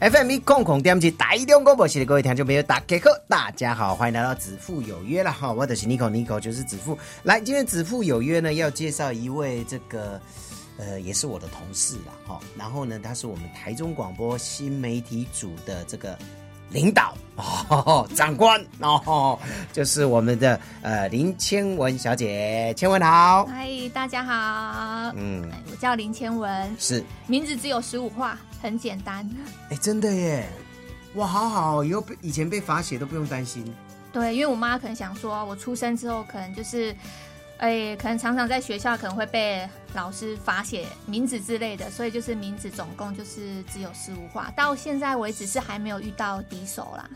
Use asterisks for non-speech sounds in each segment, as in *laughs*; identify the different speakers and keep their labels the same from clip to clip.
Speaker 1: FM 一空空点起台中广播系的各位听众朋友，大家好，大家好，欢迎来到子父有约了哈，我的是 Nico Nico 就是子父。来，今天子父有约呢，要介绍一位这个呃，也是我的同事啦哈，然后呢，他是我们台中广播新媒体组的这个领导哦，长官哦，就是我们的呃林千文小姐，千文好，
Speaker 2: 嗨，大家好，哎
Speaker 1: 嗯，
Speaker 2: 我叫林千文，
Speaker 1: 是，
Speaker 2: 名字只有十五画，很简单。
Speaker 1: 哎，真的耶，哇，好好，以后被以前被罚写都不用担心。
Speaker 2: 对，因为我妈可能想说，我出生之后可能就是，哎，可能常常在学校可能会被老师罚写名字之类的，所以就是名字总共就是只有十五画，到现在为止是还没有遇到敌手啦。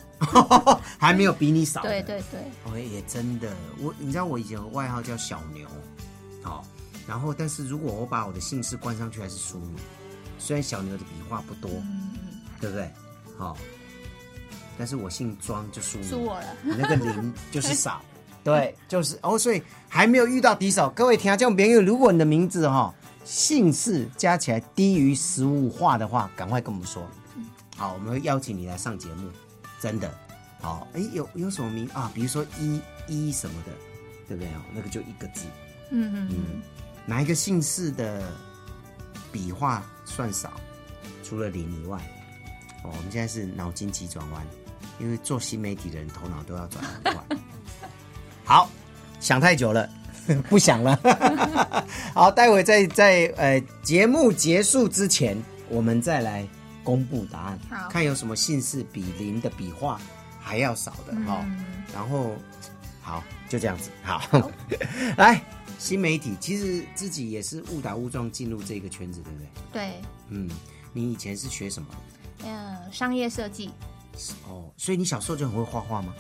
Speaker 1: *laughs* 还没有比你少。
Speaker 2: 对，对对，
Speaker 1: 我、也真的，我你知道我以前有外号叫小牛，哦，然后但是如果我把我的姓氏关上去，还是输你。虽然小牛的笔画不多，
Speaker 2: 嗯
Speaker 1: 对不对？好、但是我姓庄就输你，
Speaker 2: 输我了。
Speaker 1: 你那个零就是少。对，就是哦，所以还没有遇到敌手。各位听众朋友，如果你的名字哈、姓氏加起来低于十五画的话，赶快跟我们说。好，我们会邀请你来上节目，真的。好，哎，有有什么名啊？比如说一一什么的，对不对哦？那个就一个字。
Speaker 2: 嗯嗯嗯，
Speaker 1: 哪一个姓氏的笔画算少？除了零以外，哦，我们现在是脑筋急转弯，因为做新媒体的人头脑都要转很快。 *laughs* 好，想太久了， *laughs* 不想了。 *laughs* 好，待会在在呃节目结束之前，我们再来公布答案，
Speaker 2: 好
Speaker 1: 看有什么姓氏比零的笔画还要少
Speaker 2: 嗯
Speaker 1: 的哈、然后好，就这样子，好， *laughs* 来。新媒体其实自己也是误打误撞进入这个圈子，对不对？
Speaker 2: 对，
Speaker 1: 嗯，你以前是学什么？
Speaker 2: 嗯，商业设计，
Speaker 1: 哦，所以你小时候就很会画画吗？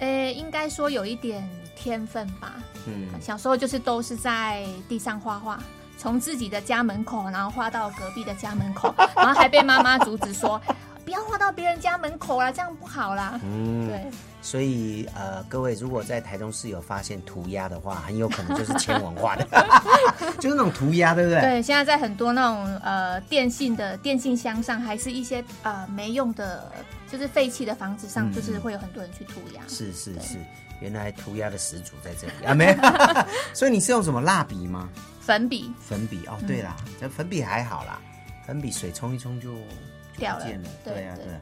Speaker 2: 呃，应该说有一点天分吧。
Speaker 1: 嗯，
Speaker 2: 小时候就是都是在地上画画，从自己的家门口，然后画到隔壁的家门口，然后还被妈妈阻止说不要画到别人家门口啦，这样不好啦。
Speaker 1: 嗯
Speaker 2: 对，
Speaker 1: 所以呃，各位如果在台中市有发现涂鸦的话，很有可能就是千文画的，就是那种涂鸦，对不对？
Speaker 2: 对，现在在很多那种呃电信的电信箱上，还是一些呃没用的，就是废弃的房子上，就是会有很多人去涂鸦。
Speaker 1: 是是是，原来涂鸦的始祖在这里啊，没有。所以你是用什么蜡笔吗？
Speaker 2: 粉笔
Speaker 1: 粉笔
Speaker 2: 嗯
Speaker 1: 哦，对啦，这粉笔还好啦，粉笔水冲一冲就就
Speaker 2: 掉
Speaker 1: 不
Speaker 2: 了
Speaker 1: 见了。
Speaker 2: 对
Speaker 1: 啊，
Speaker 2: 对
Speaker 1: 对啊。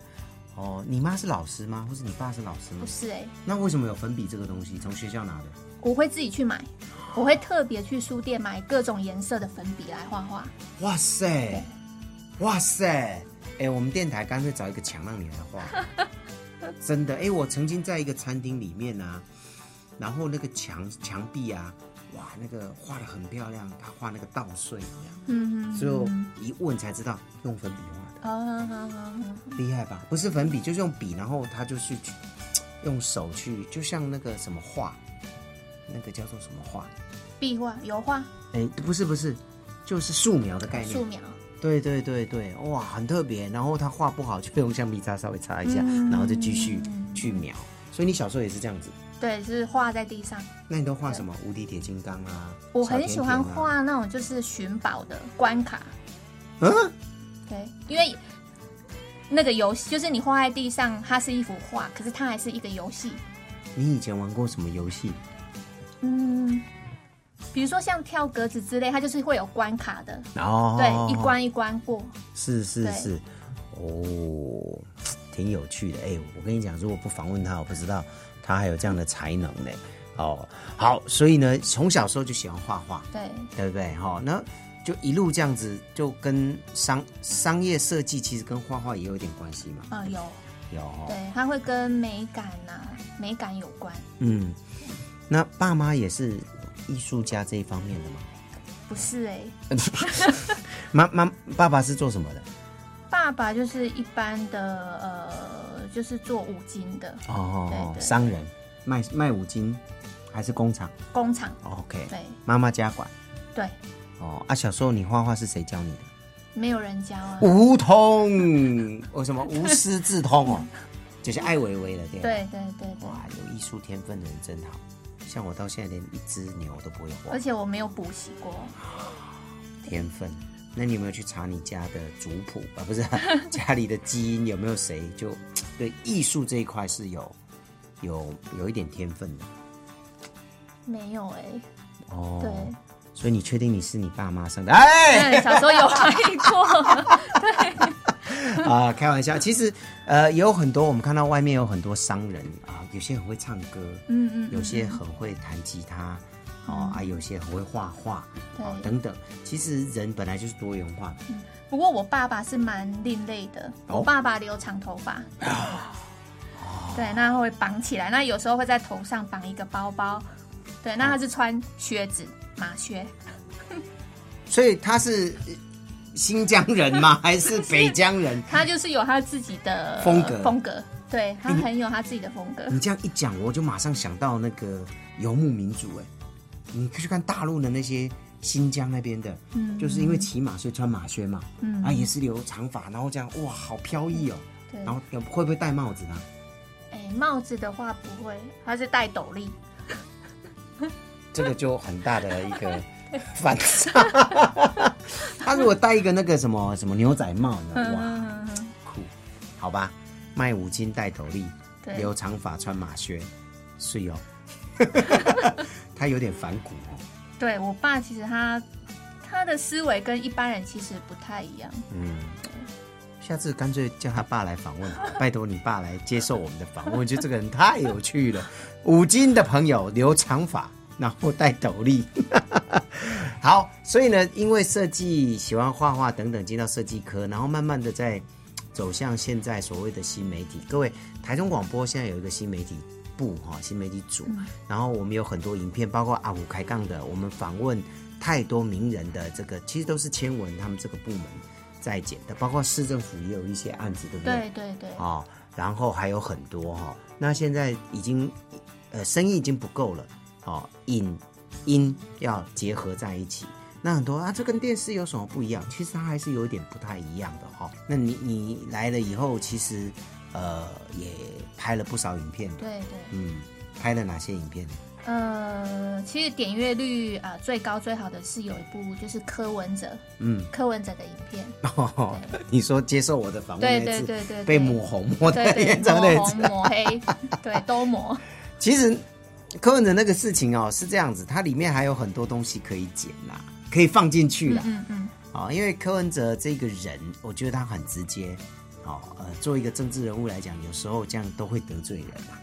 Speaker 1: 哦，你妈是老师吗？或是你爸是老师吗
Speaker 2: 不？是哎、欸，
Speaker 1: 那为什么有粉笔这个东西？从学校拿的？
Speaker 2: 我会自己去买，我会特别去书店买各种颜色的粉笔来画画。
Speaker 1: 哇塞，哇塞，哎、我们电台干脆找一个墙让你来画，
Speaker 2: *laughs*
Speaker 1: 真的。哎、我曾经在一个餐厅里面啊，然后那个墙墙壁啊，哇，那个画的很漂亮，他画那个稻穗一样，
Speaker 2: 嗯嗯
Speaker 1: 最后一问才知道用粉笔画
Speaker 2: 哦好好好好
Speaker 1: 的，厉害吧？不是粉笔，就是用笔，然后他就是去用手去，就像那个什么画，那个叫做什么画？
Speaker 2: 壁画、油画、
Speaker 1: 哎、不是不是，就是素描的概念。
Speaker 2: 素描。
Speaker 1: 对对对对，哇，很特别。然后他画不好，就用橡皮擦稍微擦一下，
Speaker 2: 嗯
Speaker 1: 然后就继续去描。所以你小时候也是这样子，
Speaker 2: 对，是画在地上。
Speaker 1: 那你都画什么？无敌铁金刚啊，
Speaker 2: 我
Speaker 1: 小
Speaker 2: 很
Speaker 1: 甜
Speaker 2: 喜
Speaker 1: 甜
Speaker 2: 欢
Speaker 1: 啊。
Speaker 2: 画那种就是寻宝的关卡。
Speaker 1: 嗯、
Speaker 2: 对，因为那个游戏就是你画在地上，它是一幅画，可是它还是一个游戏。
Speaker 1: 你以前玩过什么游戏？
Speaker 2: 嗯，比如说像跳格子之类，它就是会有关卡的。
Speaker 1: 哦，
Speaker 2: 对，一关一关过。
Speaker 1: 是是
Speaker 2: 对
Speaker 1: 是，哦，挺有趣的。哎、我跟你讲，如果不访问他，我不知道他还有这样的才能呢。哦，好，所以呢，从小时候就喜欢画画。
Speaker 2: 对，
Speaker 1: 对不对？哈、那就一路这样子，就跟商商业设计其实跟画画也有点关系嘛。
Speaker 2: 嗯，有，
Speaker 1: 有、哦，
Speaker 2: 对，它会跟美感呐、美感有关。
Speaker 1: 嗯，那爸妈也是艺术家这一方面的嘛。
Speaker 2: 不是哎、
Speaker 1: 妈妈，爸爸是做什么的？
Speaker 2: 爸爸就是一般的呃，就是做五金的。
Speaker 1: 哦
Speaker 2: 对对
Speaker 1: 商人。卖卖五金还是工厂
Speaker 2: 工厂，
Speaker 1: 哦？OK，
Speaker 2: 对
Speaker 1: 妈妈家管。
Speaker 2: 对，
Speaker 1: 哦啊，小时候你画画是谁教你的？
Speaker 2: 没有人教啊。
Speaker 1: 无通，为什么无师自通哦？ *laughs* 就是爱维维了，对吧。
Speaker 2: 对对对对，
Speaker 1: 哇，有艺术天分的人真好，像我到现在连一只牛都不会画
Speaker 2: 而，且我没有补习过，
Speaker 1: 天分。那你有没有去查你家的族谱 *laughs* 啊？不是啊、家里的基因有没有谁就对艺术这一块是有有有一点天分的
Speaker 2: 没有哎、
Speaker 1: 哦？
Speaker 2: 对，
Speaker 1: 所以你确定你是你爸妈生的？哎，
Speaker 2: 但小时候有怀
Speaker 1: *laughs*
Speaker 2: 疑过，
Speaker 1: 啊、开玩笑，其实呃有很多我们看到外面有很多商人啊、有些很会唱歌，
Speaker 2: 嗯嗯，
Speaker 1: 有些很会弹吉他，哦啊，有些很会画画，哦
Speaker 2: 对
Speaker 1: 等等。其实人本来就是多元化的，
Speaker 2: 不过我爸爸是蛮另类的，
Speaker 1: 哦啊
Speaker 2: 我爸爸留长头发，对，那会绑起来，那有时候会在头上绑一个包包，对，那他是穿靴子。马靴，
Speaker 1: 所以他是呃新疆人
Speaker 2: *laughs*
Speaker 1: 吗？还是北疆人？
Speaker 2: 他就是有他自己的
Speaker 1: 风格嗯
Speaker 2: 风格，对他很有他自己的风格。
Speaker 1: *laughs* 你这样一讲，我就马上想到那个游牧民族、哎，你去看大陆的那些新疆那边的，
Speaker 2: 嗯
Speaker 1: 就是因为骑马所以穿马靴嘛，
Speaker 2: 嗯
Speaker 1: 啊也是留长发，然后这样哇，好飘逸哦。
Speaker 2: 对，
Speaker 1: 然后有会不会戴帽子呢？
Speaker 2: 哎、帽子的话不会，他是戴斗笠，
Speaker 1: 这个就很大的一
Speaker 2: *laughs*
Speaker 1: 个反差。他如果戴一个那个什么什么牛仔帽呢？哇，
Speaker 2: 嗯，
Speaker 1: 酷，好吧，卖五金戴斗笠，
Speaker 2: 对
Speaker 1: 留长发穿马靴，是
Speaker 2: *laughs*
Speaker 1: 哟。他有点反骨哦，
Speaker 2: 对我爸其实他他的思维跟一般人其实不太一样，
Speaker 1: 嗯。下次干脆叫他爸来访问好了，拜托你爸来接受我们的访问。我觉得这个人太有趣了。五金的朋友留长发，然后戴斗笠。好，所以呢，因为设计喜欢画画等等，进到设计科，然后慢慢的在嘖走向现在所谓的新媒体。各位，台中广播现在有一个新媒体部哈，新媒体组，然后我们有很多影片，包括阿五开杠的，我们访问太多名人的这个，其实都是千文他们这个部门在剪的，包括市政府也有一些案子，对不
Speaker 2: 对对对，
Speaker 1: 哦，然后还有很多哈、哦。那现在已经呃生意已经不够了，哦，影音要结合在一起。那很多啊，这跟电视有什么不一样？其实它还是有一点不太一样的哈、哦。那你你来了以后，其实呃也拍了不少影片，
Speaker 2: 对对，
Speaker 1: 嗯，拍了哪些影片呢？ *laughs*
Speaker 2: 呃，其实点阅率啊、呃最高最好的是有一部就是柯文哲，
Speaker 1: 嗯，
Speaker 2: 柯文哲的影片，
Speaker 1: 哦，你说接受我的访
Speaker 2: 对
Speaker 1: 问那
Speaker 2: 对
Speaker 1: 次
Speaker 2: 对对对
Speaker 1: 被抹红抹的
Speaker 2: 对对
Speaker 1: 脸，长得
Speaker 2: 对，
Speaker 1: 也
Speaker 2: 抹红抹黑，对
Speaker 1: *laughs*
Speaker 2: 都抹，
Speaker 1: 其实柯文哲那个事情哦是这样子，它里面还有很多东西可以剪啦，可以放进去啦。
Speaker 2: 嗯嗯，
Speaker 1: 啊、因为柯文哲这个人，我觉得他很直接。好、呃，作为一个政治人物来讲，有时候这样都会得罪人啊。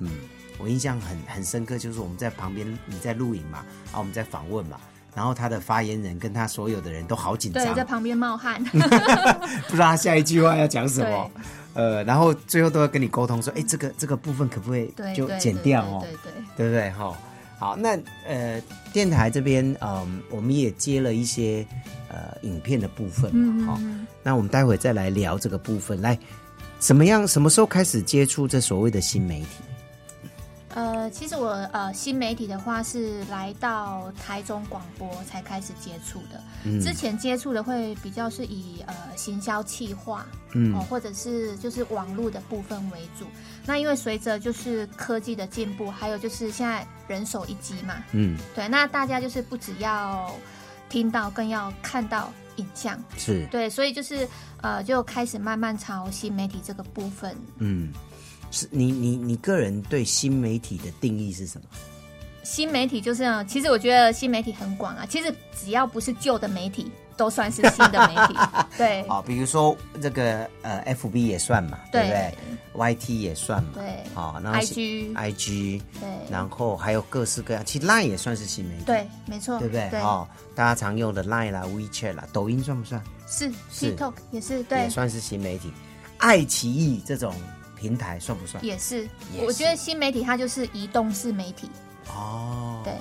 Speaker 1: 嗯，我印象很很深刻，就是我们在旁边，你在录影嘛，啊，我们在访问嘛，然后他的发言人跟他所有的人都好紧张
Speaker 2: 对，，在旁边冒汗，
Speaker 1: *laughs* 嗯不知道他下一句话要讲什么。呃，然后最后都要跟你沟通说，哎，这个这个部分可不可以
Speaker 2: 对，
Speaker 1: 就
Speaker 2: 对
Speaker 1: 剪
Speaker 2: 对
Speaker 1: 掉
Speaker 2: 对
Speaker 1: 哦？
Speaker 2: 对对，
Speaker 1: 对不对？哈、好，那呃，电台这边，嗯，我们也接了一些呃影片的部分
Speaker 2: 嗯
Speaker 1: 嘛，哈、
Speaker 2: 嗯
Speaker 1: 那我们待会再来聊这个部分，来怎么样？什么时候开始接触这所谓的新媒体？
Speaker 2: 嗯，呃，其实我呃新媒体的话是来到台中广播才开始接触的，之前接触的会比较是以呃行销企划，
Speaker 1: 嗯
Speaker 2: 哦，或者是就是网络的部分为主。那因为随着就是科技的进步，还有就是现在人手一机嘛，
Speaker 1: 嗯，
Speaker 2: 对，那大家就是不只要听到，更要看到影像，
Speaker 1: 是，
Speaker 2: 对，所以就是呃就开始慢慢朝新媒体这个部分。
Speaker 1: 嗯，是你你你个人对新媒体的定义是什么？
Speaker 2: 新媒体就是，呃其实我觉得新媒体很广啊，其实只要不是旧的媒体，都算是新的媒
Speaker 1: *laughs*
Speaker 2: 体。对
Speaker 1: 啊、比如说这个呃，FB 也算嘛，对不
Speaker 2: 对
Speaker 1: 对？YT 也算嘛，
Speaker 2: 对
Speaker 1: 好、然后
Speaker 2: ，IG
Speaker 1: IG，
Speaker 2: 对
Speaker 1: 然后还有各式各样，其实 Line 也算是新媒体，
Speaker 2: 对，没错，
Speaker 1: 对不对？
Speaker 2: 对，
Speaker 1: 哦，大家常用的 Line 啦、WeChat 啦、抖音算不算？
Speaker 2: 是
Speaker 1: 是
Speaker 2: TikTok 也是
Speaker 1: 也
Speaker 2: 对，
Speaker 1: 算是新媒体。爱奇艺这种平台算不算？
Speaker 2: 也是
Speaker 1: 也。
Speaker 2: 我
Speaker 1: 是
Speaker 2: 觉得新媒体它就是移动式媒体，
Speaker 1: 哦，
Speaker 2: 对，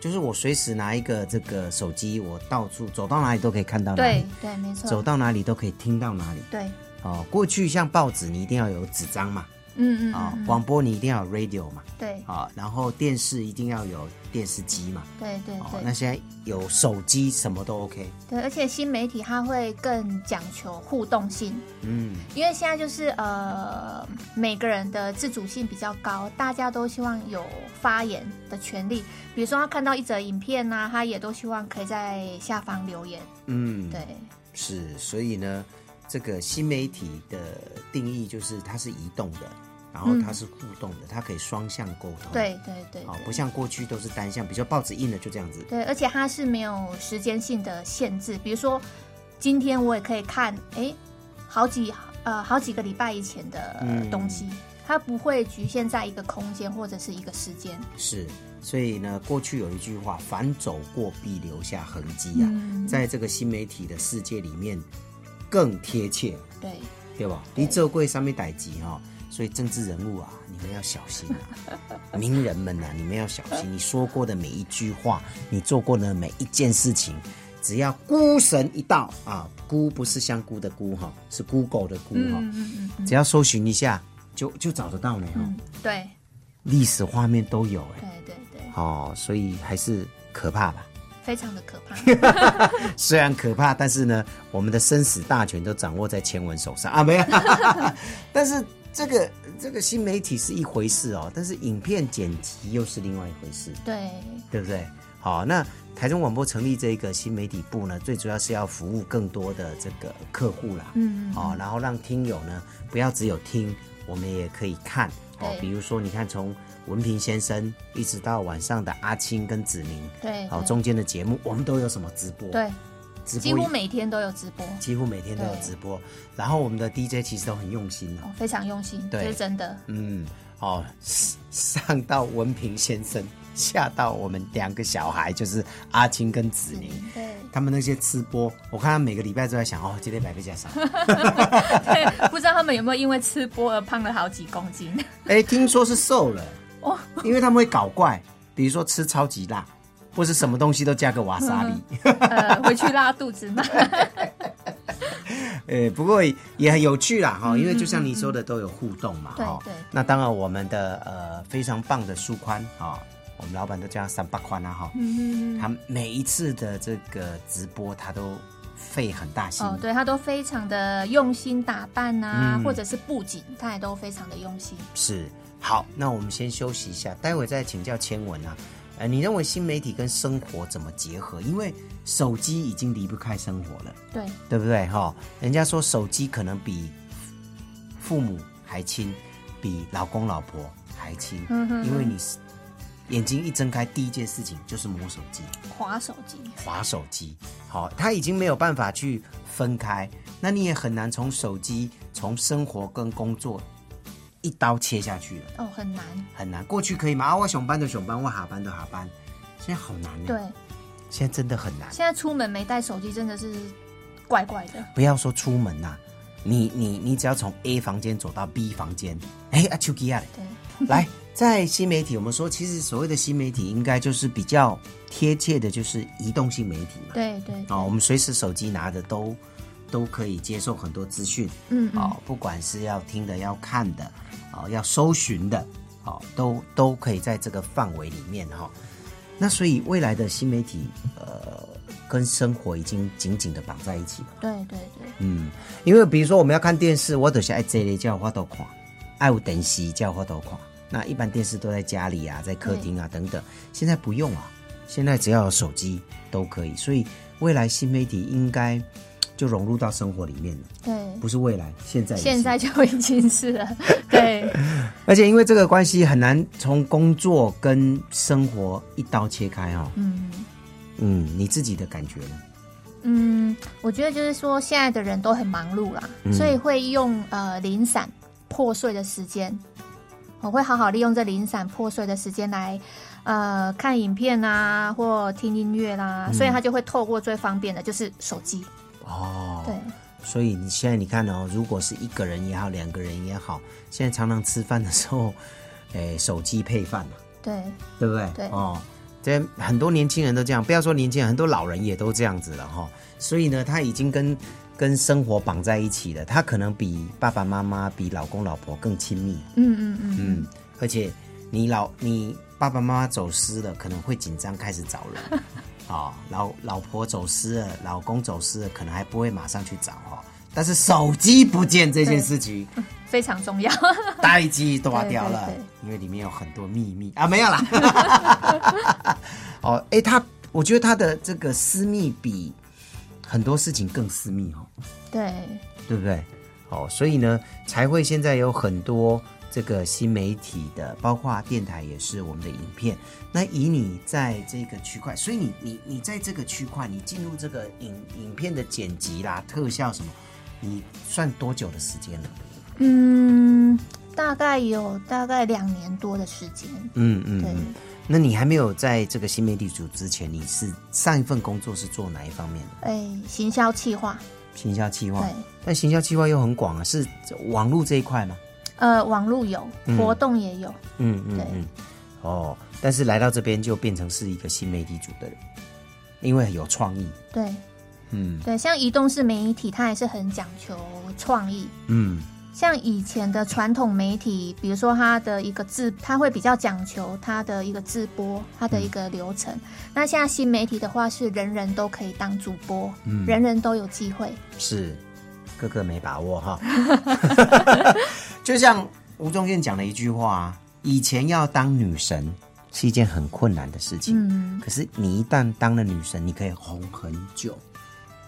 Speaker 1: 就是我随时拿一个这个手机，我到处走到哪里都可以看到哪里
Speaker 2: 对，对，没
Speaker 1: 走
Speaker 2: 错，
Speaker 1: 到哪里都可以听到哪里。
Speaker 2: 对，
Speaker 1: 哦，过去像报纸，你一定要有纸张嘛，
Speaker 2: 嗯嗯
Speaker 1: 啊、
Speaker 2: 嗯，
Speaker 1: 广播你一定要有 radio 嘛，
Speaker 2: 对
Speaker 1: 啊、然后电视一定要有电视机嘛，
Speaker 2: 对对
Speaker 1: 哦，那
Speaker 2: 对
Speaker 1: 现在有手机什么都 OK，
Speaker 2: 对，而且新媒体它会更讲求互动性，
Speaker 1: 嗯，
Speaker 2: 因为现在就是呃，每个人的自主性比较高，大家都希望有发言的权利。比如说他看到一则影片呐、他也都希望可以在下方留言。
Speaker 1: 嗯，
Speaker 2: 对，
Speaker 1: 是，所以呢，这个新媒体的定义就是它是移动的，然后它是互动的，它可以双向沟通。
Speaker 2: 嗯对，对，对，
Speaker 1: 好、
Speaker 2: 对
Speaker 1: 不像过去都是单向，比如说报纸印了就这样子。
Speaker 2: 对，而且它是没有时间性的限制。比如说，今天我也可以看，诶，好几呃好几个礼拜以前的
Speaker 1: 嗯
Speaker 2: 东西，它不会局限在一个空间或者是一个时间。
Speaker 1: 是，所以呢，过去有一句话“凡走过，必留下痕迹”啊，
Speaker 2: 嗯
Speaker 1: 在这个新媒体的世界里面更贴切，
Speaker 2: 对，
Speaker 1: 对吧？你这柜上面逮集哈，所以政治人物啊，你们要小心
Speaker 2: *laughs*
Speaker 1: 啊，名人们啊，你们要小心。你说过的每一句话，你做过的每一件事情，只要孤神一到啊，孤不是香菇的菇哈，是 Google 的菇哈，
Speaker 2: 嗯嗯嗯嗯，
Speaker 1: 只要搜寻一下就就找得到你哈，
Speaker 2: 嗯对，
Speaker 1: 历史画面都有哎、
Speaker 2: 对对对，
Speaker 1: 哦，所以还是可怕吧。
Speaker 2: 非常的可怕。
Speaker 1: 虽然可怕，但是呢，我们的生死大权都掌握在千文手上啊，
Speaker 2: *laughs*
Speaker 1: 没有。但是这个这个新媒体是一回事哦，但是影片剪辑又是另外一回事，
Speaker 2: 对，
Speaker 1: 对不对？好，那台中广播成立这个新媒体部呢，最主要是要服务更多的这个客户啦，
Speaker 2: 嗯，嗯
Speaker 1: 哦，然后让听友呢不要只有听，我们也可以看哦
Speaker 2: 对，
Speaker 1: 比如说你看从文平先生一直到晚上的阿青跟子明，
Speaker 2: 对，
Speaker 1: 好
Speaker 2: 对
Speaker 1: 中间的节目我们都有什么直播，
Speaker 2: 对，
Speaker 1: 直播
Speaker 2: 几乎每天都有直播，
Speaker 1: 几乎每天都有直播，然后我们的 DJ 其实都很用心哦，
Speaker 2: 哦，非常用心，这
Speaker 1: 对
Speaker 2: 是真的。
Speaker 1: 嗯，哦，上到文平先生，下到我们两个小孩，就是阿青跟子明，
Speaker 2: 对 *laughs*
Speaker 1: 他们那些吃播，我看他每个礼拜都在想，哦，今天百倍加上，
Speaker 2: 对，不知道他们有没有因为吃播而胖了好几公
Speaker 1: *laughs*
Speaker 2: 斤？
Speaker 1: 哎，听说是瘦了，
Speaker 2: 哦，
Speaker 1: 因为他们会搞怪，比如说吃超级辣，或是什么东西都加个瓦萨里，
Speaker 2: 呃，回去拉肚子吗？
Speaker 1: 呃，不过也很有趣啦哈，因为就像你说的，都有互动嘛
Speaker 2: 嗯对
Speaker 1: 哈
Speaker 2: 对
Speaker 1: 那当然，我们的呃非常棒的舒宽哈，我们老板都叫他三八宽啦啊哈，
Speaker 2: 嗯，
Speaker 1: 他每一次的这个直播，他都费很大心
Speaker 2: 哦，对他都非常的用心打扮啊，
Speaker 1: 嗯
Speaker 2: 或者是布景，他也都非常的用心。
Speaker 1: 是好，那我们先休息一下，待会再请教千文啊。呃，你认为新媒体跟生活怎么结合？因为手机已经离不开生活了，
Speaker 2: 对，
Speaker 1: 对不对？哈、人家说手机可能比父母还亲，比老公老婆还亲，
Speaker 2: 嗯哼
Speaker 1: 因为你是眼睛一睁开，第一件事情就是摸手机。
Speaker 2: 滑手机，
Speaker 1: 滑手机，好，他已经没有办法去分开，那你也很难从手机、从生活跟工作一刀切下去了，
Speaker 2: 哦，很难。
Speaker 1: 很难。过去可以吗？啊，我上班就上班，我下班就下班，现在好难呢。
Speaker 2: 对，，
Speaker 1: 现在真的很难。
Speaker 2: 现在出门没带手机真的是怪怪的。
Speaker 1: 不要说出门呐、你你你只要从 A 房间走到 B 房间，哎，啊，手机啊嘞，
Speaker 2: 对，
Speaker 1: 来， *laughs* 在新媒体，我们说，其实所谓的新媒体，应该就是比较贴切的，就是移动性媒体嘛。
Speaker 2: 对对，
Speaker 1: 啊、我们随时手机拿着都都可以接受很多资讯，
Speaker 2: 嗯嗯
Speaker 1: 哦，不管是要听的、要看的，哦，要搜寻的，哦，都都可以在这个范围里面哈、那所以未来的新媒体，呃，跟生活已经紧紧的绑在一起了。
Speaker 2: 对对对，
Speaker 1: 嗯，因为比如说我们要看电视，我都是爱这里叫花豆看，爱有等息叫花豆看。那一般电视都在家里啊，在客厅啊等等，现在不用啊，现在只要有手机都可以。所以未来新媒体应该嘖就融入到生活里面了，
Speaker 2: 对。
Speaker 1: 不是未来，现在也是
Speaker 2: 嗯现在。就已经是
Speaker 1: *laughs*
Speaker 2: 了，对，
Speaker 1: 而且因为这个关系，很难从工作跟生活一刀切开哦。
Speaker 2: 嗯
Speaker 1: 嗯，你自己的感觉呢？
Speaker 2: 嗯，我觉得就是说现在的人都很忙碌啦，
Speaker 1: 嗯
Speaker 2: 所以会用呃零散破碎的时间，我会好好利用这零散破碎的时间来呃看影片啊或听音乐啦，
Speaker 1: 嗯
Speaker 2: 所以他就会透过最方便的就是手机，
Speaker 1: 哦，
Speaker 2: 对
Speaker 1: 所以你现在你看哦，如果是一个人也好，两个人也好，现在常常吃饭的时候， *laughs* 诶，手机配饭嘛，
Speaker 2: 对
Speaker 1: 对不对？
Speaker 2: 对
Speaker 1: 哦，这很多年轻人都这样，不要说年轻人，很多老人也都这样子了哈、所以呢，他已经跟跟生活绑在一起的，他可能比爸爸妈妈、比老公老婆更亲密。
Speaker 2: 嗯嗯嗯，
Speaker 1: 嗯，而且你老你爸爸妈妈走失了，可能会紧张开始找
Speaker 2: *laughs*
Speaker 1: 人。哦，老老婆走失了，老公走失了，可能还不会马上去找哦。但是手机不见这件事情，
Speaker 2: 非常
Speaker 1: *laughs*
Speaker 2: 重要。 *laughs*
Speaker 1: 待机都挖掉了
Speaker 2: 对对对，
Speaker 1: 因为里面有很多秘密啊，没有啦。 *laughs* 哦，哎、他我觉得他的这个私密比很多事情更私密哦。
Speaker 2: 对，
Speaker 1: 对不对？哦，所以呢，才会现在有很多这个新媒体的，包括电台也是我们的影片。那以你在这个区块，所以你你你在这个区块，你进入这个影影片的剪辑啦、特效什么，你算多久的时间了？
Speaker 2: 嗯，大概有大概两年多的时间。
Speaker 1: 嗯嗯
Speaker 2: 对，
Speaker 1: 嗯。那你还没有在这个新媒体组之前，你是上一份工作是做哪一方面的？
Speaker 2: 哎、行销企划，
Speaker 1: 行销计划
Speaker 2: 对。
Speaker 1: 但行销计划又很广啊，是网络这一块吗？
Speaker 2: 呃，网路有，活动也有，
Speaker 1: 嗯嗯
Speaker 2: 对
Speaker 1: 嗯，哦，但是来到这边就变成是一个新媒体组的人，因为有创意，
Speaker 2: 对
Speaker 1: 嗯
Speaker 2: 对，像移动式媒体，它也是很讲求创意。
Speaker 1: 嗯
Speaker 2: 像以前的传统媒体，比如说它的一个制，它会比较讲求它的一个制播，它的一个流程。
Speaker 1: 嗯
Speaker 2: 那现在新媒体的话，是人人都可以当主播，
Speaker 1: 嗯
Speaker 2: 人人都有机会。
Speaker 1: 是，哥哥没把握哈， *laughs* 就像吴宗宪讲的一句话、啊，以前要当女神是一件很困难的事情，
Speaker 2: 嗯，
Speaker 1: 可是你一旦当了女神，你可以红很久。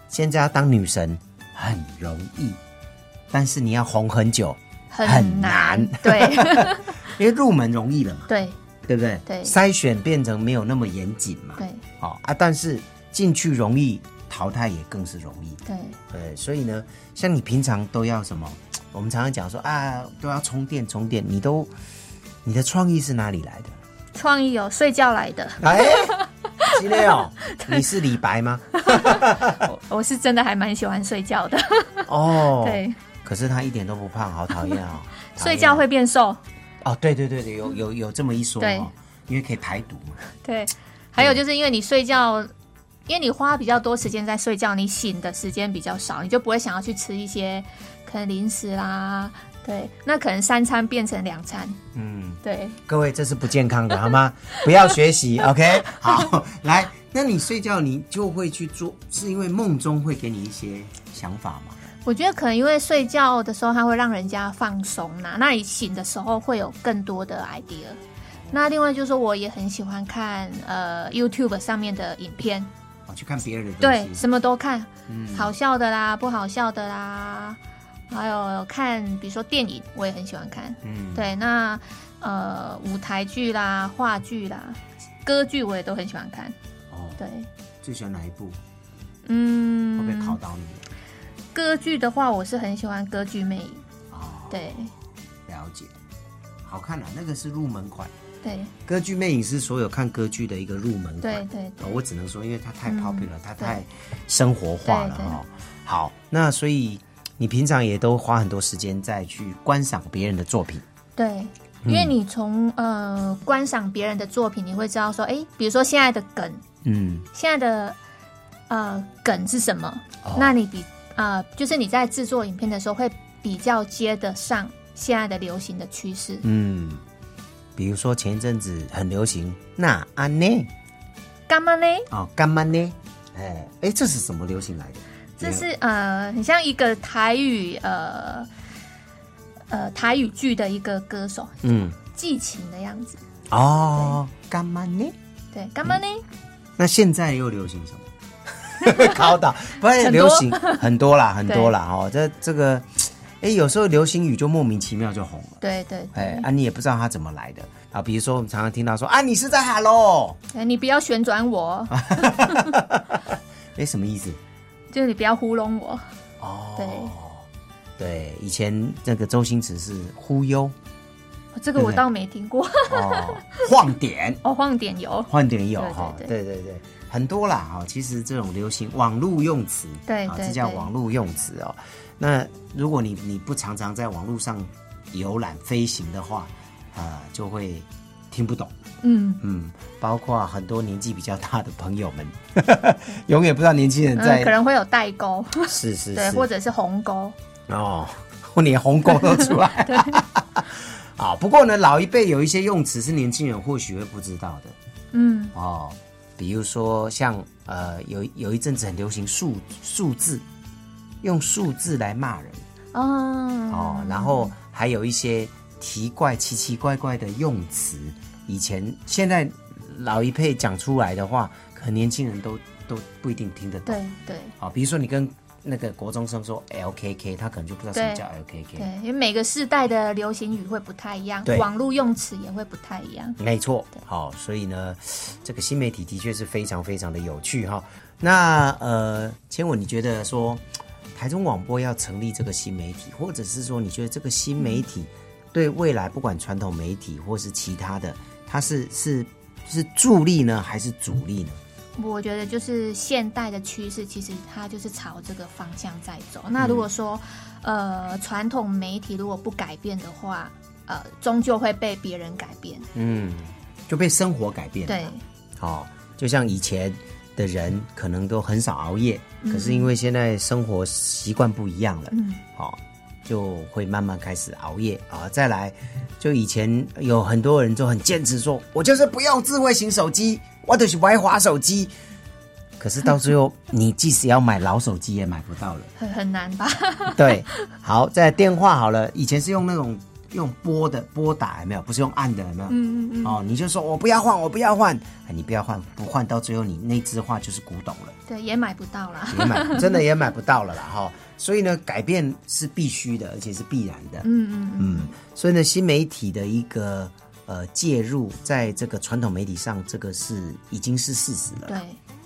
Speaker 1: 现在要当女神很容易，但是你要红很久，很
Speaker 2: 很
Speaker 1: 难
Speaker 2: 难，
Speaker 1: *laughs*
Speaker 2: 对
Speaker 1: 因为入门容易了嘛。
Speaker 2: 对
Speaker 1: 对不对？
Speaker 2: 对
Speaker 1: 筛选变成没有那么严谨嘛。
Speaker 2: 对
Speaker 1: 好、啊，但是进去容易，淘汰也更是容易。
Speaker 2: 对，
Speaker 1: 对，所以呢，像你平常都要什么？我们常常讲说啊，都要充电充电，你都你的创意是哪里来的？
Speaker 2: 创意有睡觉来的，
Speaker 1: 哎， *laughs* 今天哦，你是李白吗？
Speaker 2: 我是真的还蛮喜欢睡觉的，
Speaker 1: 哦，
Speaker 2: *laughs* 对，
Speaker 1: 可是他一点都不胖，好讨厌哦。讨厌
Speaker 2: *laughs* 睡觉会变瘦，
Speaker 1: 哦，对对对对，有有有这么一说
Speaker 2: 对
Speaker 1: 哦，因为可以排毒嘛。
Speaker 2: 对，还有就是因为你睡觉，因为你花比较多时间在睡觉，你醒的时间比较少，你就不会想要去吃一些可能零食啦，对，那可能三餐变成两餐，
Speaker 1: 嗯。
Speaker 2: 对，
Speaker 1: 各位，这是不健康的，好吗？ *laughs* 不要学习，OK？好，来，那你睡觉你就会去做，是因为梦中会给你一些想法吗？
Speaker 2: 我觉得可能因为睡觉的时候它会让人家放松啦，那你醒的时候会有更多的 idea。那另外就是说，我也很喜欢看呃 YouTube 上面的影片，
Speaker 1: 我哦去看别人的
Speaker 2: 对
Speaker 1: 东，西，嗯
Speaker 2: 什么都看，好笑的啦，不好笑的啦，还有看，比如说电影，我也很喜欢看。
Speaker 1: 嗯，
Speaker 2: 对，那呃，舞台剧啦、话剧啦、歌剧，我也都很喜欢看。
Speaker 1: 哦，
Speaker 2: 对，
Speaker 1: 最喜欢哪一部？会不会考
Speaker 2: 嗯，
Speaker 1: 倒你？
Speaker 2: 歌剧的话，我是很喜欢歌剧魅影。
Speaker 1: 哦，
Speaker 2: 对，
Speaker 1: 了解，好看啊，那个是入门款，
Speaker 2: 对，
Speaker 1: 歌剧魅影是所有看歌剧的一个入门款。
Speaker 2: 对，对，
Speaker 1: 哦，我只能说，因为它太
Speaker 2: 嗯
Speaker 1: popular，、它
Speaker 2: 对
Speaker 1: 太生活化了
Speaker 2: 对对
Speaker 1: 哦。好，那所以你平常也都花很多时间在去观赏别人的作品。
Speaker 2: 对，
Speaker 1: 嗯
Speaker 2: 因为你从呃观赏别人的作品，你会知道说，哎，比如说现在的梗，
Speaker 1: 嗯，
Speaker 2: 现在的呃梗是什么？
Speaker 1: 哦
Speaker 2: 那你比呃，就是你在制作影片的时候会比较接得上现在的流行的趋势。
Speaker 1: 嗯，比如说前一阵子很流行那安呢，
Speaker 2: 干嘛嘞？
Speaker 1: 哦，干嘛呢？哎哎，这是什么流行来的？
Speaker 2: 这是呃，很像一个台语呃呃台语剧的一个歌手，
Speaker 1: 嗯
Speaker 2: 寄情的样子。
Speaker 1: 哦，干嘛呢？
Speaker 2: 对，干嘛呢？
Speaker 1: 那现在又流行什么？ *laughs* 考倒，不是
Speaker 2: 很多
Speaker 1: 流行很多啦，很多啦哦。这这个，哎，有时候流行语就莫名其妙就红了，
Speaker 2: 对对对，
Speaker 1: 哎啊，你也不知道它怎么来的啊。比如说我们常常听到说啊，你是在 hello，
Speaker 2: 哎你不要旋转我，
Speaker 1: 啊哎，什么意思？
Speaker 2: 就是你不要糊弄我。
Speaker 1: 哦，
Speaker 2: 对，
Speaker 1: 对，以前那个周星驰是忽
Speaker 2: *laughs*
Speaker 1: 悠
Speaker 2: 这个我倒没听过。
Speaker 1: 哦，晃点。
Speaker 2: 哦，晃点油。
Speaker 1: 换点有哈，
Speaker 2: 对
Speaker 1: 对对对，很多啦哈。其实这种流行网络用词，
Speaker 2: 对
Speaker 1: 啊，
Speaker 2: 对
Speaker 1: 这叫
Speaker 2: 对
Speaker 1: 网络用词哦。那如果你呃你不常常在网络上游览飞行的话，啊、就会听不懂，
Speaker 2: 嗯，
Speaker 1: 嗯，包括很多年纪比较大的朋友们， *laughs* 永远不知道年轻人在、
Speaker 2: 嗯，可能会有代沟，
Speaker 1: 是是
Speaker 2: 对，
Speaker 1: 是，
Speaker 2: 或者是鸿沟，
Speaker 1: 哦， *laughs* 我连鸿沟都出
Speaker 2: *laughs*
Speaker 1: 来。 *laughs* 啊，不过呢，老一辈有一些用词是年轻人或许会不知道的
Speaker 2: 嗯，
Speaker 1: 哦，比如说像呃，有有一阵子很流行数数字，用数字来骂人
Speaker 2: 哦，
Speaker 1: 哦，然后还有一些奇怪、奇奇怪怪的用词，以前现在老一辈讲出来的话，可能年轻人都都不一定听得懂。
Speaker 2: 对对
Speaker 1: 好，比如说你跟那个国中生说 LKK，他可能就不知道什么叫 LKK。
Speaker 2: 对，因为每个世代的流行语会不太一样
Speaker 1: 对，
Speaker 2: 网络用词也会不太一样，
Speaker 1: 没错，好，所以呢，这个新媒体的确是非常非常的有趣哈。那呃，千文，你觉得说台中广播要成立这个新媒体，或者是说你觉得这个新媒体
Speaker 2: 嗯
Speaker 1: 对未来不管传统媒体或是其他的，它是是是助力呢，还是阻力呢？
Speaker 2: 我觉得就是现代的趋势，其实它就是朝这个方向在走。那如果说，呃，传统媒体如果不改变的话，呃，终究会被别人改变。
Speaker 1: 嗯，就被生活改变了。
Speaker 2: 对，
Speaker 1: 好、哦就像以前的人可能都很少熬夜，可是因为现在生活习惯不一样了，
Speaker 2: 嗯，
Speaker 1: 好、就会慢慢开始熬夜啊、再来，就以前有很多人都很坚持说，我就是不用智慧型手机，我就是不爱滑手机。可是到最后，你即使要买老手机也买不到了。
Speaker 2: 很很难吧？ *laughs*
Speaker 1: 对，好，再来电话好了，以前是用那种用拨的拨打，有没有？不是用按的，有没有？
Speaker 2: 嗯嗯嗯，
Speaker 1: 哦，你就说我不要换，我不要换，啊你不要换，不换到最后你那只画就是古董了，
Speaker 2: 对，也买不到啦。
Speaker 1: 也买真的也买不到了啦哈、
Speaker 2: *laughs*
Speaker 1: 所以呢，改变是必须的，而且是必然的。
Speaker 2: 嗯嗯嗯，
Speaker 1: 嗯，所以呢，新媒体的一个呃介入，在这个传统媒体上，这个是已经是事实了。
Speaker 2: 对，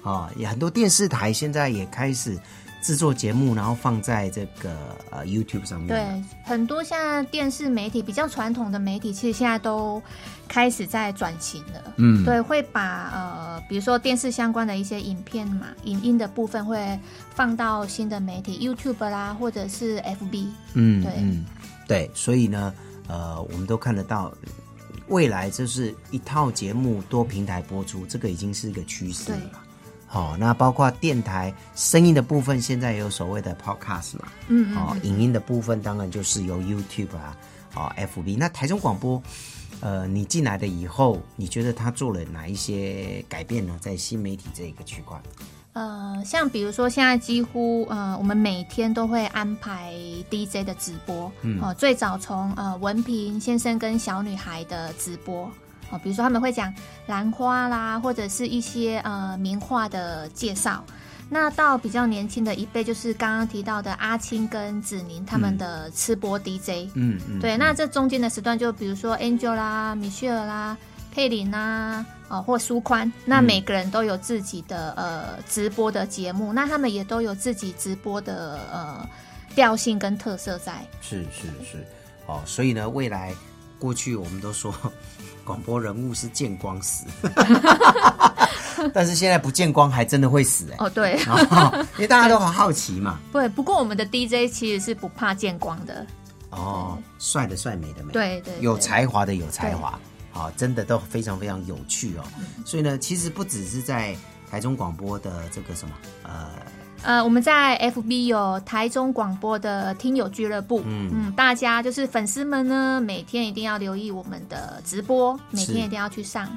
Speaker 1: 啊、也很多电视台现在也开始制作节目，然后放在这个呃 YouTube 上面。
Speaker 2: 对，很多现在电视媒体比较传统的媒体，其实现在都开始在转型了。
Speaker 1: 嗯
Speaker 2: 对，会把呃，比如说电视相关的一些影片嘛，影音的部分会放到新的媒体 YouTube 啦，或者是 FB。
Speaker 1: 嗯，
Speaker 2: 对
Speaker 1: 嗯，对，所以呢，呃，我们都看得到，未来就是一套节目多平台播出，这个已经是一个趋势了
Speaker 2: 对
Speaker 1: 啦。好、那包括电台声音的部分，现在也有所谓的 podcast 嘛，
Speaker 2: 嗯嗯
Speaker 1: 哦，影音的部分当然就是由 YouTube 啊，哦，FB。那台中广播，呃，你进来的以后，你觉得他做了哪一些改变呢？在新媒体这一个区块，
Speaker 2: 呃，像比如说现在几乎呃，我们每天都会安排 DJ 的直播，嗯，哦，最早从呃文平先生跟小女孩的直播，哦，比如说他们会讲兰花啦，或者是一些呃名画的介绍。那到比较年轻的一辈，就是刚刚提到的阿青跟子宁他们的吃播 DJ，、
Speaker 1: 嗯嗯，
Speaker 2: 对，那这中间的时段，就比如说 Angel 啦、米歇尔啦、佩林啦，哦，或苏宽，那
Speaker 1: 嗯
Speaker 2: 每个人都有自己的呃直播的节目，那他们也都有自己直播的呃调性跟特色在。
Speaker 1: 是是是，哦，所以呢，未来过去我们都说广播人物是见光死， *laughs* 但是现在不见光还真的会死哎、*laughs*
Speaker 2: 哦，对， *laughs*
Speaker 1: 哦，因为大家都很好奇嘛。
Speaker 2: 对，不过我们的 DJ 其实是不怕见光的，
Speaker 1: 哦，帅的帅，美的美，
Speaker 2: 对对对
Speaker 1: 有才华的有才华，好、真的都非常非常有趣哦。
Speaker 2: 嗯
Speaker 1: 所以呢，其实不只是在台中广播的这个什么，呃，
Speaker 2: 呃，我们在 FB 有台中广播的听友俱乐部，嗯大家就是粉丝们呢，每天一定要留意我们的直播，每
Speaker 1: 是
Speaker 2: 天一定要去上，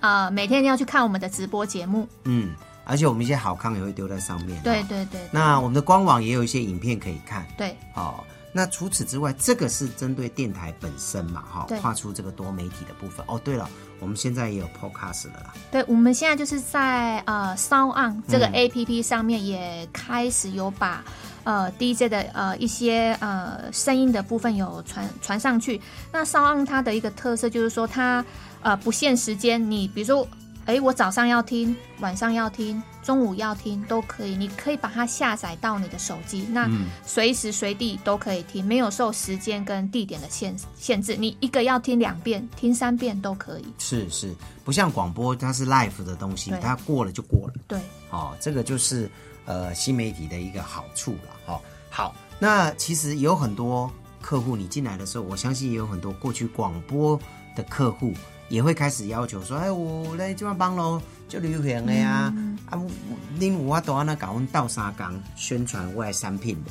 Speaker 2: 呃，每天一定要去看我们的直播节目。
Speaker 1: 嗯，而且我们一些好康也会丢在上面、
Speaker 2: 对
Speaker 1: 哦。
Speaker 2: 对对
Speaker 1: 那我们的官网也有一些影片可以看。
Speaker 2: 对
Speaker 1: 哦，那除此之外，这个是针对电台本身嘛，哈、
Speaker 2: 对
Speaker 1: 跨出这个多媒体的部分。哦，对了，我们现在也有 Podcast 了啦，
Speaker 2: 对，我们现在就是在呃 Sound On 这个 APP 上面也开始有把。呃，DJ 的呃一些呃声音的部分有传传上去。那 Sound On 它的一个特色就是说它呃不限时间，你比如说，哎，我早上要听，晚上要听，中午要听都可以，你可以把它下载到你的手机，那随时随地都可以听，没有受时间跟地点的限限制，你一个要听两遍，听三遍都可以。
Speaker 1: 是是，不像广播，它是 live 的东西
Speaker 2: 对，
Speaker 1: 它过了就过了。
Speaker 2: 对。
Speaker 1: 哦，这个就是呃新媒体的一个好处了。哦，好，那其实有很多客户你进来的时候，我相信也有很多过去广播的客户也会开始要求说，哎，我来这边帮咯，就流行的呀、啊，啊，恁有法度安那甲阮斗相共宣传我的产品无？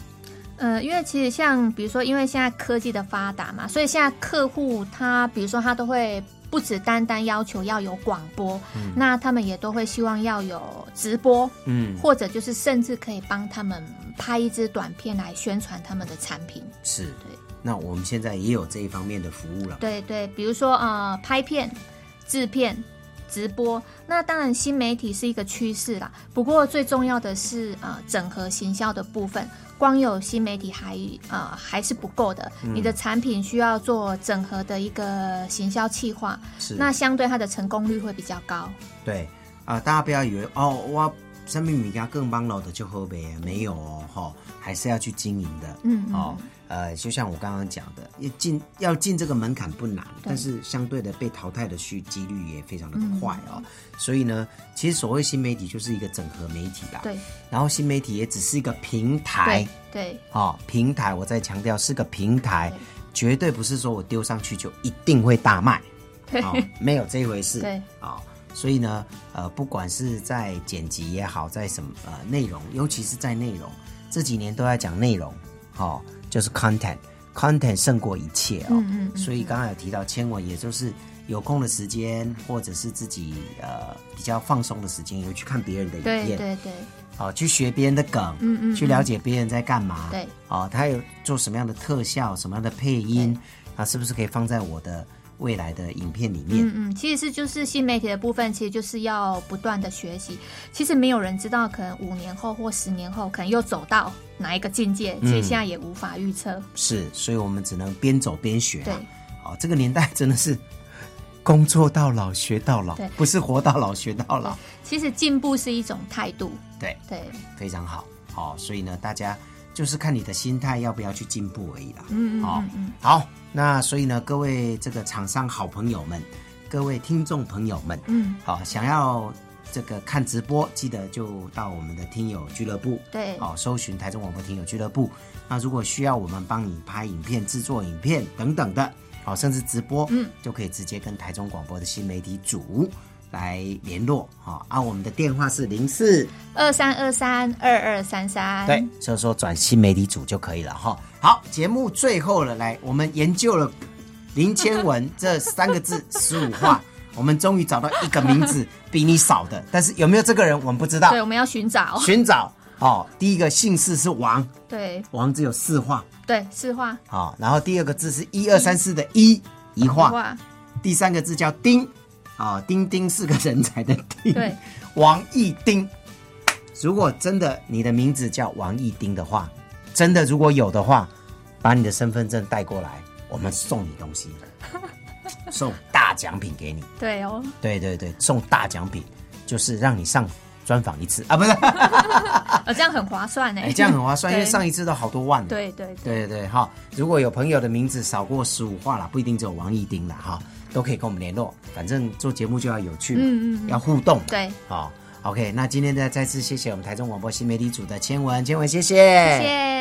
Speaker 2: 呃，因为其实像比如说，因为现在科技的发达嘛，所以现在客户他，比如说他都会不只单单要求要有广播，那他们也都会希望要有直播，
Speaker 1: 嗯，
Speaker 2: 或者就是甚至可以帮他们拍一支短片来宣传他们的产品。
Speaker 1: 是
Speaker 2: 对。
Speaker 1: 那我们现在也有这一方面的服务了。
Speaker 2: 对对，比如说呃，拍片、制片、直播，那当然新媒体是一个趋势啦。不过最重要的是呃，整合行销的部分，光有新媒体还呃还是不够的，你的产品需要做整合的一个行销企划，
Speaker 1: 是。
Speaker 2: 那相对它的成功率会比较高。
Speaker 1: 对啊、大家不要以为哦，我生命米家更帮了的就喝呗，没有哦，哈、还是要去经营的，
Speaker 2: 嗯嗯
Speaker 1: 哦，呃，就像我刚刚讲的，要进要进这个门槛不难，但是相对的被淘汰的续几率也非常的快哦，
Speaker 2: 嗯
Speaker 1: 所以呢，其实所谓新媒体就是一个整合媒体啦，
Speaker 2: 对，
Speaker 1: 然后新媒体也只是一个平台
Speaker 2: 对，对
Speaker 1: 哦，平台我再强调是个平台
Speaker 2: 对，
Speaker 1: 绝对不是说我丢上去就一定会大卖，
Speaker 2: 对
Speaker 1: 哦，没有这一回事，
Speaker 2: 对，
Speaker 1: 哦，所以呢，呃，不管是在剪辑也好，在什么呃内容，尤其是在内容，这几年都在讲内容，哦，就是 content。content 胜过一切哦，
Speaker 2: 嗯嗯嗯
Speaker 1: 所以刚才有提到，千万也就是有空的时间，或者是自己呃比较放松的时间，有去看别人的影片，
Speaker 2: 对对对
Speaker 1: 哦，去学别人的梗，
Speaker 2: 嗯嗯
Speaker 1: 去了解别人在干嘛，
Speaker 2: 对，
Speaker 1: 哦，他有做什么样的特效，什么样的配音，啊，是不是可以放在我的未来的影片里面？
Speaker 2: 嗯嗯，其实是就是新媒体的部分，其实就是要不断的学习。其实没有人知道，可能五年后或十年后，可能又走到哪一个境界，其
Speaker 1: 嗯
Speaker 2: 实现在也无法预测。
Speaker 1: 是，所以我们只能边走边学、啊，
Speaker 2: 对，
Speaker 1: 哦，这个年代真的是工作到老学到老
Speaker 2: 对，
Speaker 1: 不是活到老学到老，
Speaker 2: 其实进步是一种态度，
Speaker 1: 对，
Speaker 2: 对，
Speaker 1: 非常好，好、所以呢，大家就是看你的心态要不要去进步而已啦。
Speaker 2: 嗯嗯
Speaker 1: 好、
Speaker 2: 嗯嗯，
Speaker 1: 好，那所以呢，各位这个厂商好朋友们，各位听众朋友们，
Speaker 2: 嗯，
Speaker 1: 好、想要这个看直播，记得就到我们的听友俱乐部，
Speaker 2: 对
Speaker 1: 好、搜寻台中广播听友俱乐部。那如果需要我们帮你拍影片、制作影片等等的，好、甚至直播，
Speaker 2: 嗯，
Speaker 1: 就可以直接跟台中广播的新媒体组来联络，好、啊，我们的电话是零四。
Speaker 2: 二三二三二二三三，
Speaker 1: 对，所以说转新媒体组就可以了哈。好，节目最后了，来，我们研究了林千文这三个
Speaker 2: *laughs*
Speaker 1: 字十五画，我们终于找到一个名字比你少的，但是有没有这个人我们不知道
Speaker 2: 对，，我们要寻找，
Speaker 1: 寻找哦。第一个姓氏是王，
Speaker 2: 对
Speaker 1: 王只有四画
Speaker 2: 对，是画
Speaker 1: 哦，然后第二个字是一二三四的一一画，
Speaker 2: 画，
Speaker 1: 第三个字叫丁啊、哦，丁丁是个人才的丁，
Speaker 2: 对，
Speaker 1: 王一丁。如果真的你的名字叫王一丁的话，真的如果有的话，把你的身份证带过来，我们送你东西，送大奖品给你。
Speaker 2: 对哦，
Speaker 1: 对对对，送大奖品就是让你上专访一次啊，不是？
Speaker 2: 呃，这样很划算呢
Speaker 1: 啊哎，，这样很划算，因为
Speaker 2: 对
Speaker 1: 上一次都好多万了。
Speaker 2: 对对对，
Speaker 1: 对对对，哈，如果有朋友的名字少过十五话啦，不一定只有王一丁啦，哈，都可以跟我们联络。反正做节目就要有趣嘛，
Speaker 2: 嗯嗯嗯
Speaker 1: 要互动嘛，
Speaker 2: 对
Speaker 1: 好、o k 那今天再再次谢谢我们台中广播新媒体组的千文，千文谢
Speaker 2: 谢谢。